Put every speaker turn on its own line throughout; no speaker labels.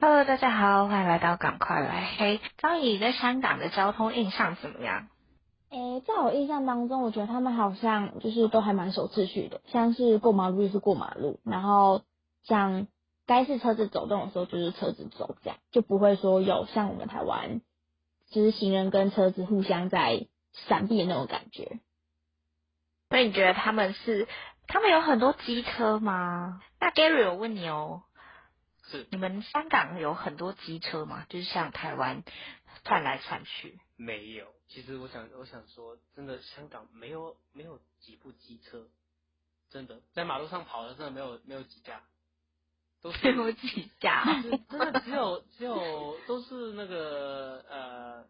Hello，大家好，欢迎来到赶快来嘿。张怡在香港的交通印象怎么样？
诶，在我印象当中，我觉得他们好像就是都还蛮守秩序的，像是过马路就是过马路，然后像该是车子走动的时候就是车子走，这样就不会说有像我们台湾就是行人跟车子互相在闪避的那种感觉。
那你觉得他们是他们有很多机车吗？那 Gary，我问你哦，
是
你们香港有很多机车吗？就是像台湾窜来窜 去。
没有。其实我想，我想说，真的，香港没有没有几部机车，真的在马路上跑的，真的没有没有几架，都是
对不起，架哦。
是真的只有只有都是那个呃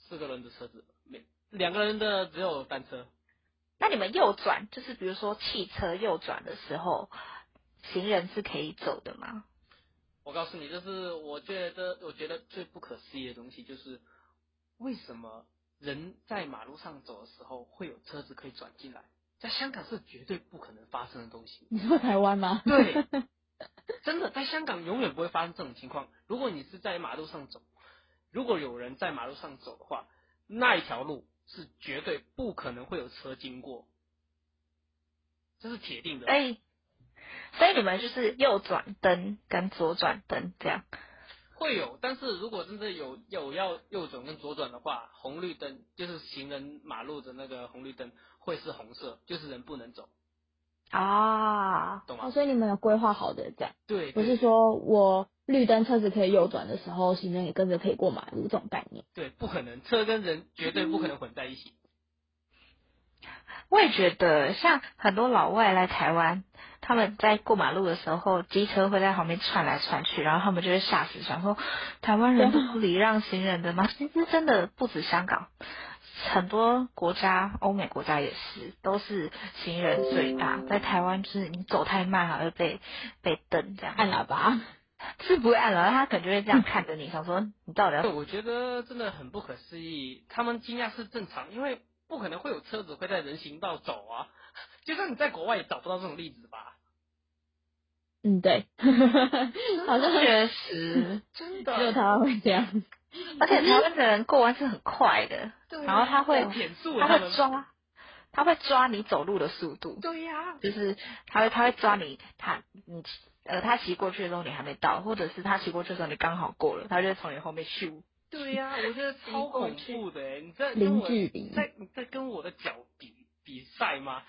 四个人的车子，没两个人的只有单车，
那你们右转，就是比如说汽车右转的时候，行人是可以走的吗？
我告诉你，就是我觉得，我觉得最不可思议的东西就是，为什么人在马路上走的时候会有车子可以转进来，在香港是绝对不可能发生的东西。
你说台湾吗？
对，真的在香港永远不会发生这种情况。如果你是在马路上走，如果有人在马路上走的话，那一条路是绝对不可能会有车经过，这是铁定的。
所以，所以你们就是右转灯跟左转灯这样。
会有，但是如果真的有有要右转跟左转的话，红绿灯就是行人马路的那个红绿灯会是红色，就是人不能走，
啊、
懂
哦，
吗？
所以你们有规划好的这样，
对
不是
对
说我绿灯车子可以右转的时候，行人也跟着可以过马路这种概念。
对，不可能，车跟人绝对不可能混在一起。
嗯我也觉得，像很多老外来台湾，他们在过马路的时候，机车会在旁边窜来窜去，然后他们就会吓死，想说台湾人都不礼让行人的 吗？其实真的不止香港，很多国家，欧美国家也是，都是行人最大，在台湾就是你走太慢了会被被瞪这样，
按喇叭，
是不会按了，他可能就会这样看着你，想说你到底要
对，我觉得真的很不可思议，他们惊讶是正常，因为不可能会有车子会在人行道走啊， 就算你在国外也找不到这种例子吧？
嗯，对， 好像
确实真
只有
的，
台湾会这样。
而且台湾的人过弯是很快的，
对
然后他会
减速
他
啊他
会
们，
抓，他会抓你走路的速度，
对呀、
就是他会他会抓你，他你呃他骑过去的时候你还没到，或者是他骑过去的时候你刚好过了，他就会从你后面咻。
对呀、 我觉得超
过
恐
去
怖的欸，你在跟
零
我
距离，
在你在跟我的脚比比赛吗？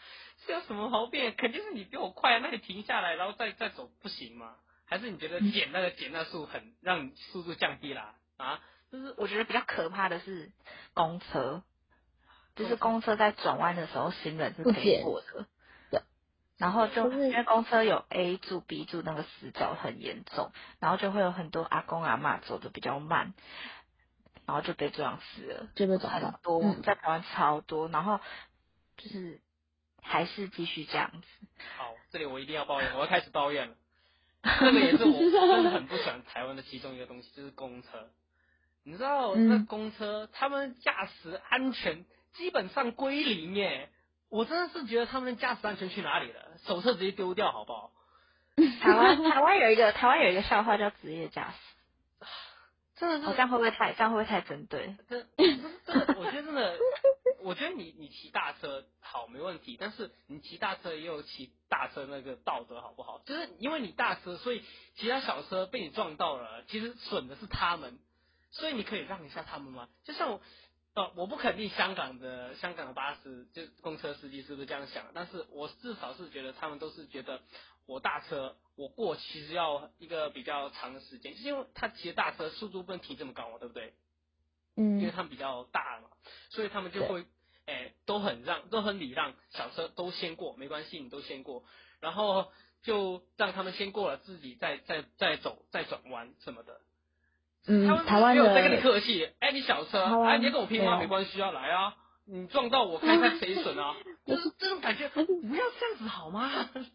是有什么毛病？啊肯定是你比我快，那你停下来，然后再再走不行吗？还是你觉得
嗯
减那个减那速很让你速度降低啦？啊，就是
我觉得比较可怕的是公车，就是
公
公车在转弯的时候行人是
嗯不
可以
减
过的，
对，
然后就
就
因
是
为公车有 A 柱、B 柱那个死角很严重，然后就会有很多阿公阿嬷走的比较慢，然后就被撞死了，
就被撞
很
到。
多
嗯，
在台湾超多，然后就是还是继续这样 子。
好，这里我一定要抱怨，我要开始抱怨了。这个也是我真的很不喜欢台湾的其中一个东西，就是公车。你知道那
嗯，
公车，他们驾驶安全基本上归零耶，我真的是觉得他们的驾驶安全去哪里了？手册直接丢掉好不好？
台湾台湾有一个台湾有一个笑话叫职业驾驶，
真
哦，
的
这
是，
样会不会太这样会不会太针对？
这不是真的，我觉得真的，我觉得你你骑大车好没问题，但是你骑大车也有骑大车那个道德好不好？就是因为你大车，所以其他小车被你撞到了，其实损的是他们，所以你可以让一下他们吗？就像我，呃，我不肯定香港的香港的巴士就公车司机是不是这样想，但是我至少是觉得他们都是觉得我大车我过其实要一个比较长的时间，就是因为他骑大车速度不能提这么高嘛，对不对？因为
嗯，
他们比较大嘛，所以他们就
对，
会，哎、都很让，都很礼让，小车都先过，没关系，你都先过，然后就让他们先过了，自己再再再走，再转弯什么的。他
嗯，
们
台
是没
湾
有在跟你
的
客气，哎、你小车，
台
哎、你要
湾
跟我拼
没
吗？没
有，
关系啊，来啊，你撞到我看一看谁损 啊，
不
就是是这种感觉，
不是
不要这样子好吗？
嗯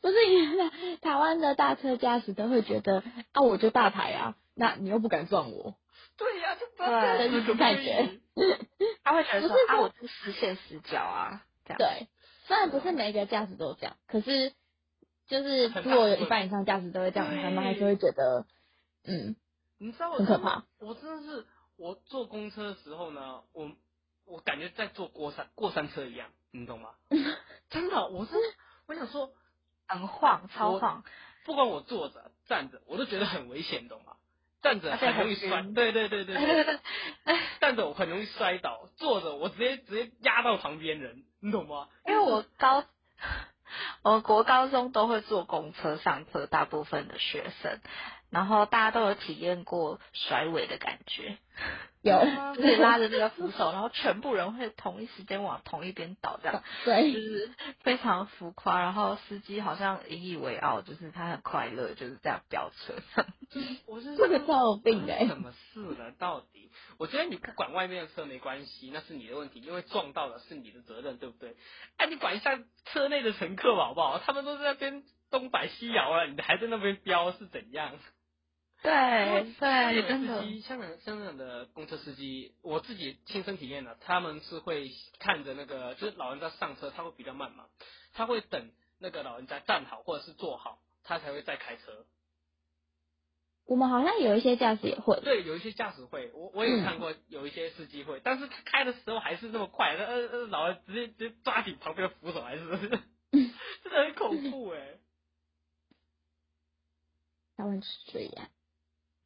不是，台湾的大车驾驶都会觉得啊，我就大牌啊，那你又不敢撞我
对呀、就不要这样
的
对，
那
子可
种
不可
感觉。
以？
他会觉得
不是
说啊，我
说
是视线死角啊，这样。
对，虽然不是每一个驾驶都这样，可是就是
很
如
大
果
部
有一
分，
半以上驾驶都会这样，他们还是
对，
会觉得嗯，
你知道我
很可怕，
我真的是我坐公车的时候呢，我我感觉在坐过山过山车一样，你 懂吗？真的，我是我想说，
很晃， 超晃，
不管我坐着站着，我都觉得很危险，懂吗？站着
而且
很容易
啊很
摔，
晕
对对对对 对，站着我很容易摔倒，坐着我直接直接压到旁边人，你懂吗？
因为我高， 我国高中都会坐公车上课，大部分的学生，然后大家都有体验过甩尾的感觉，
有，
就是拉着这个扶手，然后全部人会同一时间往同一边倒，这样 就
对，
是非常浮夸。然后司机好像引以为傲，就是他很快乐，就是这样飙车。
我是
这个超有病的、
欸
发生什么事了？到底？我觉得你不管外面的车没关系，那是你的问题，因为撞到了是你的责任，对不对？哎、你管一下车内的乘客吧好不好？他们都在那边东摆西摇啊了，你还在那边飙是怎样？
对对，真
司
的，
机，香港香港的公车司机，我自己亲身体验的，他们是会看着那个，就是老人家上车，他会比较慢嘛，他会等那个老人家站好或者是坐好，他才会再开车。
我们好像有一些驾驶也会，
对，有一些驾驶会，我我也看过有一些司机会，但是他开的时候还是那么快，那呃呃老人直接直接抓紧旁边的扶手，还是 真的很恐怖哎、
他们是这样。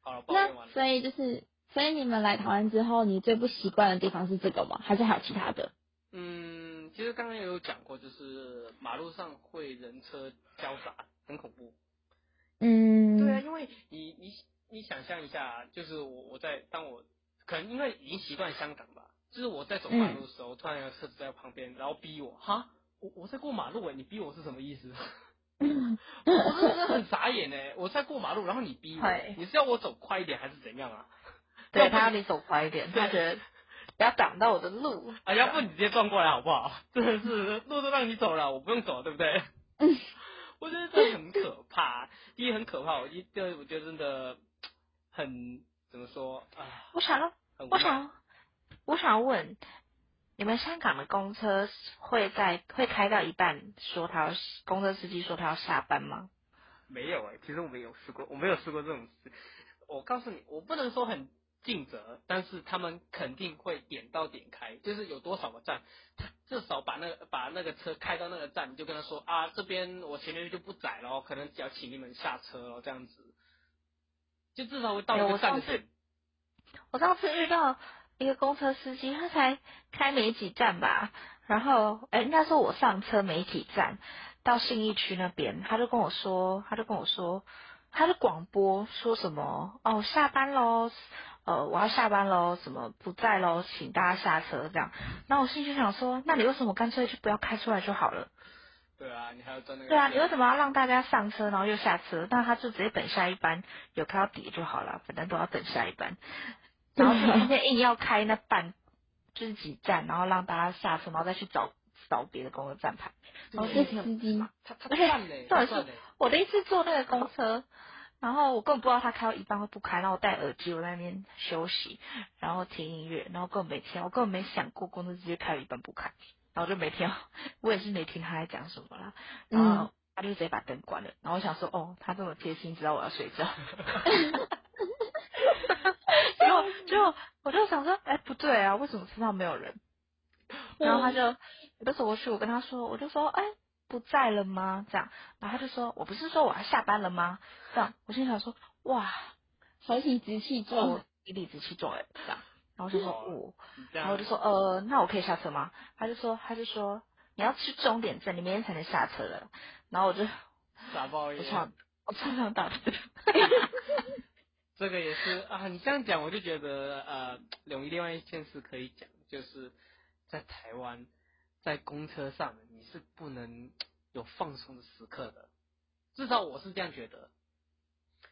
好了，抱怨完
那
了。
所以就是，所以你们来台湾之后，你最不习惯的地方是这个吗？还是还有其他的？
嗯，其实刚刚也有讲过，就是马路上会人车交杂，很恐怖。
嗯，
对啊，因为你你你想象一下，啊就是我我在当我可能因为已经习惯香港吧，就是我在走马路的时候，突然有车子在旁边，然后逼我，哈，我我在过马路哎，你逼我是什么意思？ 我真的是很傻眼哎！我在过马路，然后你逼我
对，
你是要我走快一点还是怎样啊？
对他要你走快一点，他
对
觉得不要挡到我的路。
啊，要不你直接撞过来好不好？ 真的是路都让你走了，我不用走，对不对？ 我觉得这很可怕，第一很可怕，我一第二我觉得真的很怎么说啊，
我想要
很无
我
奈
想，我想问，你们香港的公车会在会开到一半说他要公车司机说他要下班吗？
没有哎、其实我没有试过，我没有试过这种事。我告诉你，我不能说很尽责，但是他们肯定会点到点开，就是有多少个站，他至少把那个把那个车开到那个站，你就跟他说啊，这边我前面就不载了哦，可能只要请你们下车哦，这样子，就至少会到
没有
一个
哎我
站
上
的
次
点。
我上次遇到一个公车司机，他才开没几站吧，然后哎，应该说我上车没几站，到信义区那边，他就跟我说，他就跟我说，他就广播说什么哦下班喽，呃我要下班喽，什么不在喽，请大家下车这样。那我心里就想说，那你为什么干脆就不要开出来就好了？
对啊，你还要站那个。
对啊，你为什么要让大家上车然后又下车？那他就直接等下一班，有开到底就好了，反正都要等下一班。然后就偏偏硬要开那半就是几站，然后让大家下车，然后再去找找别的公车站牌。然后
哦这
就
对？
司机
他他赚嘞，
重点
他
啊是
赚嘞。
我第一次坐那个公车，然后我根本不知道他开到一半会不开，然后我戴耳机我在那边休息，然后听音乐，然后根本没听，我根本没想过公车直接开到一半不开，然后我就没听到，我也是没听他在讲什么啦，然
嗯
嗯
后他就直接把灯关了，然后我想说哦，他这么贴心，知道我要睡 觉。结果，结果我就想说，哎、不对啊，为什么车上没有人？然后他就，
嗯
我就走过去，我跟他说，我就说，哎、不在了吗？这样，然后他就说，我不是说我要下班了吗？这样，我心里想说，哇，
合体直气
我
壮，
理直气壮哎，这样，然后我就说，哦，
你这
然
样
后我就说，呃，那我可以下车吗？他就说，他就说，你要去终点站，你明天才能下车了。然后我就，
傻爆
我
眼。
想，我超想打字。
这个也是啊，你这样讲我就觉得呃，有另外一件事可以讲，就是在台湾，在公车上你是不能有放松的时刻的，至少我是这样觉得，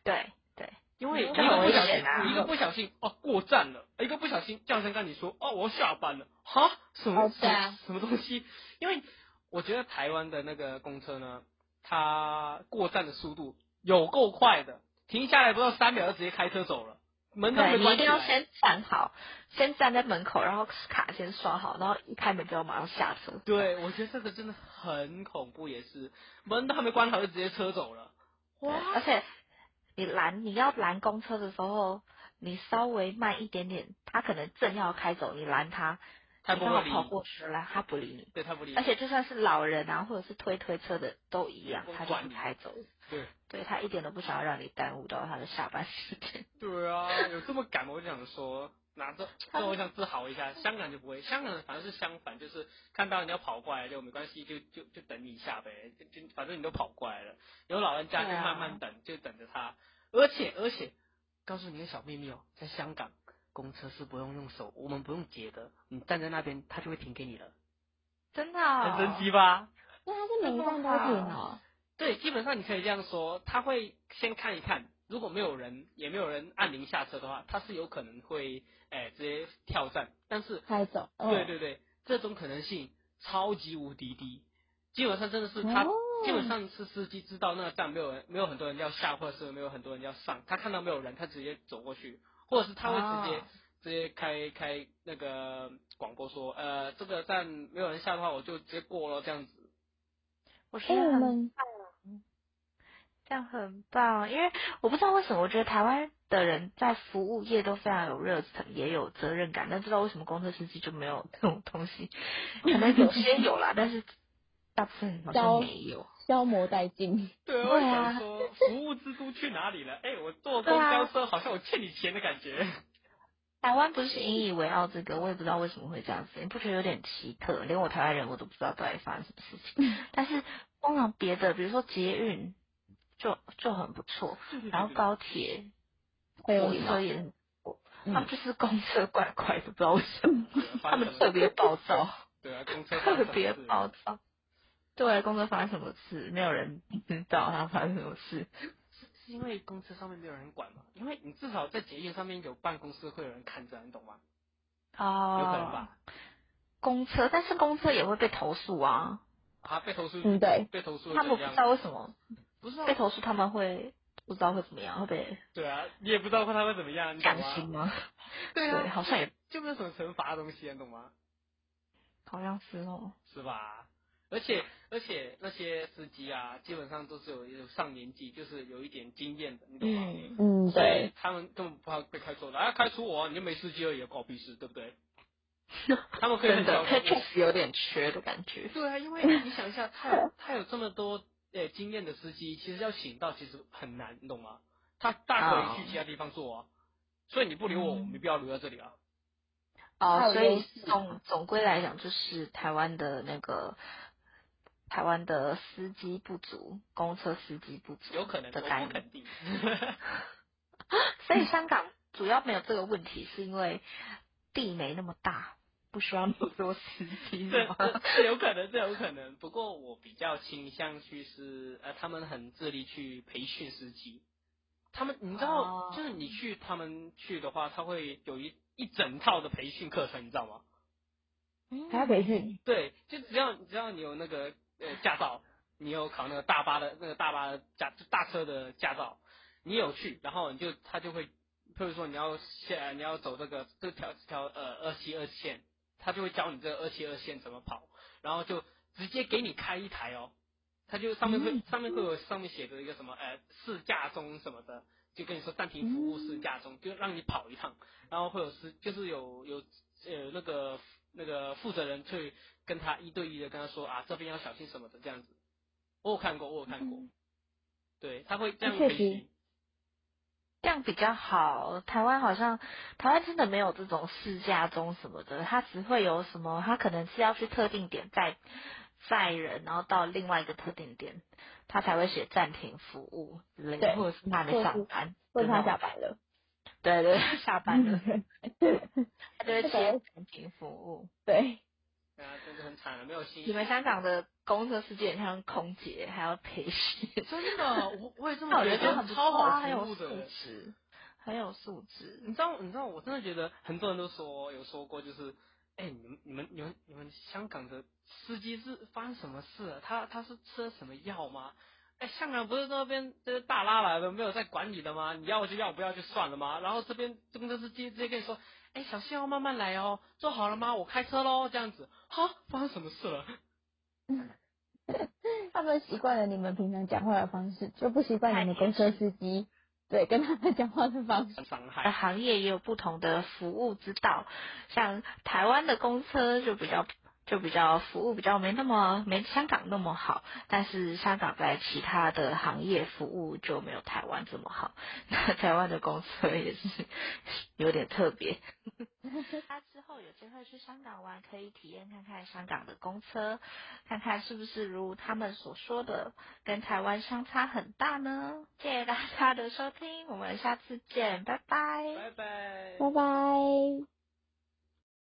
对对，
因为一
嗯
个
这很
不
危
小
险啊
心，一个不小心哦过站了，一个不小心叫声跟你说哦我要下班了，哈什么
哦
什
对
么
啊
什么东西？因为我觉得台湾的那个公车呢，它过站的速度有够快的，停下来不到三秒就直接开车走了。门都
对
没
你一
关起
定要
来，
先站好，先站在门口，然后卡先刷好，然后一开门就要马上下车。
对，我觉得这个真的很恐怖，也是门都还没关好就直接车走了。
对，而且你拦你要拦公车的时候，你稍微慢一点点，他可能正要开走，你拦他，
他
你
不
刚好
会理
跑
你，
过去了，他不理
对他不理
你。
你，
而且就算是老人啊，或者是推推车的都一样
不，
他就
管
不
你
开走，
对
对他一点都不想要让你耽误到他的下班时 间。
对啊，有这么赶吗，我就想说，拿着，
他
那我想自豪一下，香港就不会，香港反正是相反，就是看到人家跑过来就没关系，就就就等你一下呗，就就反正你都跑过来了，有老人家就
对啊
慢慢等，就等着他，而且而且，告诉你个小秘密哦，在香港公车是不用用手，我们不用截的，你站在那边他就会停给你了，
真的、哦，
很神奇吧？
那它是每一站都停哦。
对，基本上你可以这样说，他会先看一看，如果没有人，也没有人按铃下车的话，他是有可能会，哎、直接跳站。但是，
开走。嗯
对，对对，这种可能性超级无敌低，基本上真的是他，
哦
基本上是司机知道那个站没有人，没有很多人要下，或者是没有很多人要上，他看到没有人，他直接走过去，或者是他会直接、
哦
直接开开那个广播说，呃，这个站没有人下的话，我就直接过了这样子。
我觉
哎、
得
我
很
们
这样很棒，因为我不知道为什么，我觉得台湾的人在服务业都非常有热忱，也有责任感，但不知道为什么公车司机就没有这种东西，可能有些有啦，但是大部分好像
招
没有。
消磨殆尽。
对，
对
我
啊
想说，服务之都去哪里了？哎、我坐公
对啊
交车好像我欠你钱的感 觉。
台湾不是引以为傲这个，我也不知道为什么会这样子，你不觉得有点奇特？连我台湾人我都不知道到底发生什么事情。但是通常别的，比如说捷运就就很不错，然后高铁、
会有
火
礼貌
车也很不错，
嗯
他们就是公车怪怪的，不知道为什么。他
他
们特别暴 躁，
对啊，公车
特
上
别
是
暴躁。对，工作发生什么事，没有人知道他发生什么事。
是因为公车上面没有人管嘛？因为你至少在捷运上面有办公室会有人看着，你懂吗？
哦
有可能？吧？
公车，但是公车也会被投诉啊。
啊，被投诉，
嗯对，
被投诉
他
就
们我不
这
知
样，
道为什么
不是啊
被，投诉，他们会不知道会怎么样，会被
对啊，你也不知道他会怎么样，你懂
降
吗？
薪吗？
对
对，
啊，
好像也
就没有什么惩罚的东西，你懂吗？
好像是哦。
是吧？而且而且那些司机啊，基本上都是有有上年纪，就是有一点经验的，你懂吗？
嗯，
嗯，
所以
对，
他们根本不怕被开除的，啊，开除我，你就没司机而已，关我屁事，对 不对？他们可以
真
很
的，
小
他
声
确实有点缺的感觉。
对啊，因为你想一下，他有他有这么多呃经验的司机，其实要请到其实很难，你懂吗？他大可以
哦
去其他地方做啊，所以你不留
嗯
我，我没必要留在这里啊。
哦，
还有
所以
优势
总总归来讲，就是台湾的那个台湾的司机不足，公车司机不足，
有可能，
的
我
概
不
念。
肯定。
所以香港主要没有这个问题，是因为地没那么大，不需要那么多司机，是
这
吗？
这这有可能，这有可能。不过我比较倾向去是，呃，他们很致力去培训司机。他们，你知道，
哦
就是你去他们去的话，他会有一一整套的培训课程，你知道吗？
还要培训。
对，就只要只要你有那个呃驾照，你有考那个大巴的那个大巴的驾大车的驾照，你有去，然后你就他就会，譬如说你要下你要走这个这条这条呃二七二线，他就会教你这个二七二线怎么跑，然后就直接给你开一台哦，他就上面会、上面会有上面写着一个什么呃试驾中什么的，就跟你说暂停服务试驾中，就让你跑一趟，然后会有司就是有有呃那个那个负责人去跟他一对一的跟他说啊这边要小心什么的这样子，我有看过我有看过，对他会这样
确
培
实
训，
这样比较好。台湾好像台湾真的没有这种试驾中什么的，它只会有什么，它可能是要去特定点载载人，然后到另外一个特定点，它才会写暂停服务之类的，
对
或者是他没上班，嗯
或
对
者他下班了。
对对， 下班 了，他就会
这
写
个
暂停服务。
对，
啊真的很惨了没有信
你
心。
们香港的公车司机很像空姐，还要培训，
真的，我我也这
那嗯
么
我觉得
觉
这样
得
很，不
超
错啊，
好
很有
服务
素
的。
质，很有素质。
你知道，你知道，我真的觉得很多人都说有说过，就是，哎、你们你们你们你们香港的司机是发生什么事了？他他是吃了什么药吗？哎、香港不是那边这些大拉来的，没有在管你的吗？你要就要，不要就算了吗？然后这边公车司机直接跟你说，哎、小心哦，慢慢来哦，坐好了吗？我开车喽，这样子，哈，发生什么事了？
他们习惯了你们平常讲话的方式，就不习惯你们公车司机对，跟他们讲话的方式。
伤
而
害。
行业也有不同的服务之道，像台湾的公车就比较就比较服务比较没那么没香港那么好，但是香港在其他的行业服务就没有台湾这么好。 那台湾的公车也是有点特别。他之后有机会去香港玩，可以体验看看香港的公车，看看是不是如他们所说的跟台湾相差很大呢？谢谢大家的收听，我们下次见，拜拜
拜拜。
拜拜。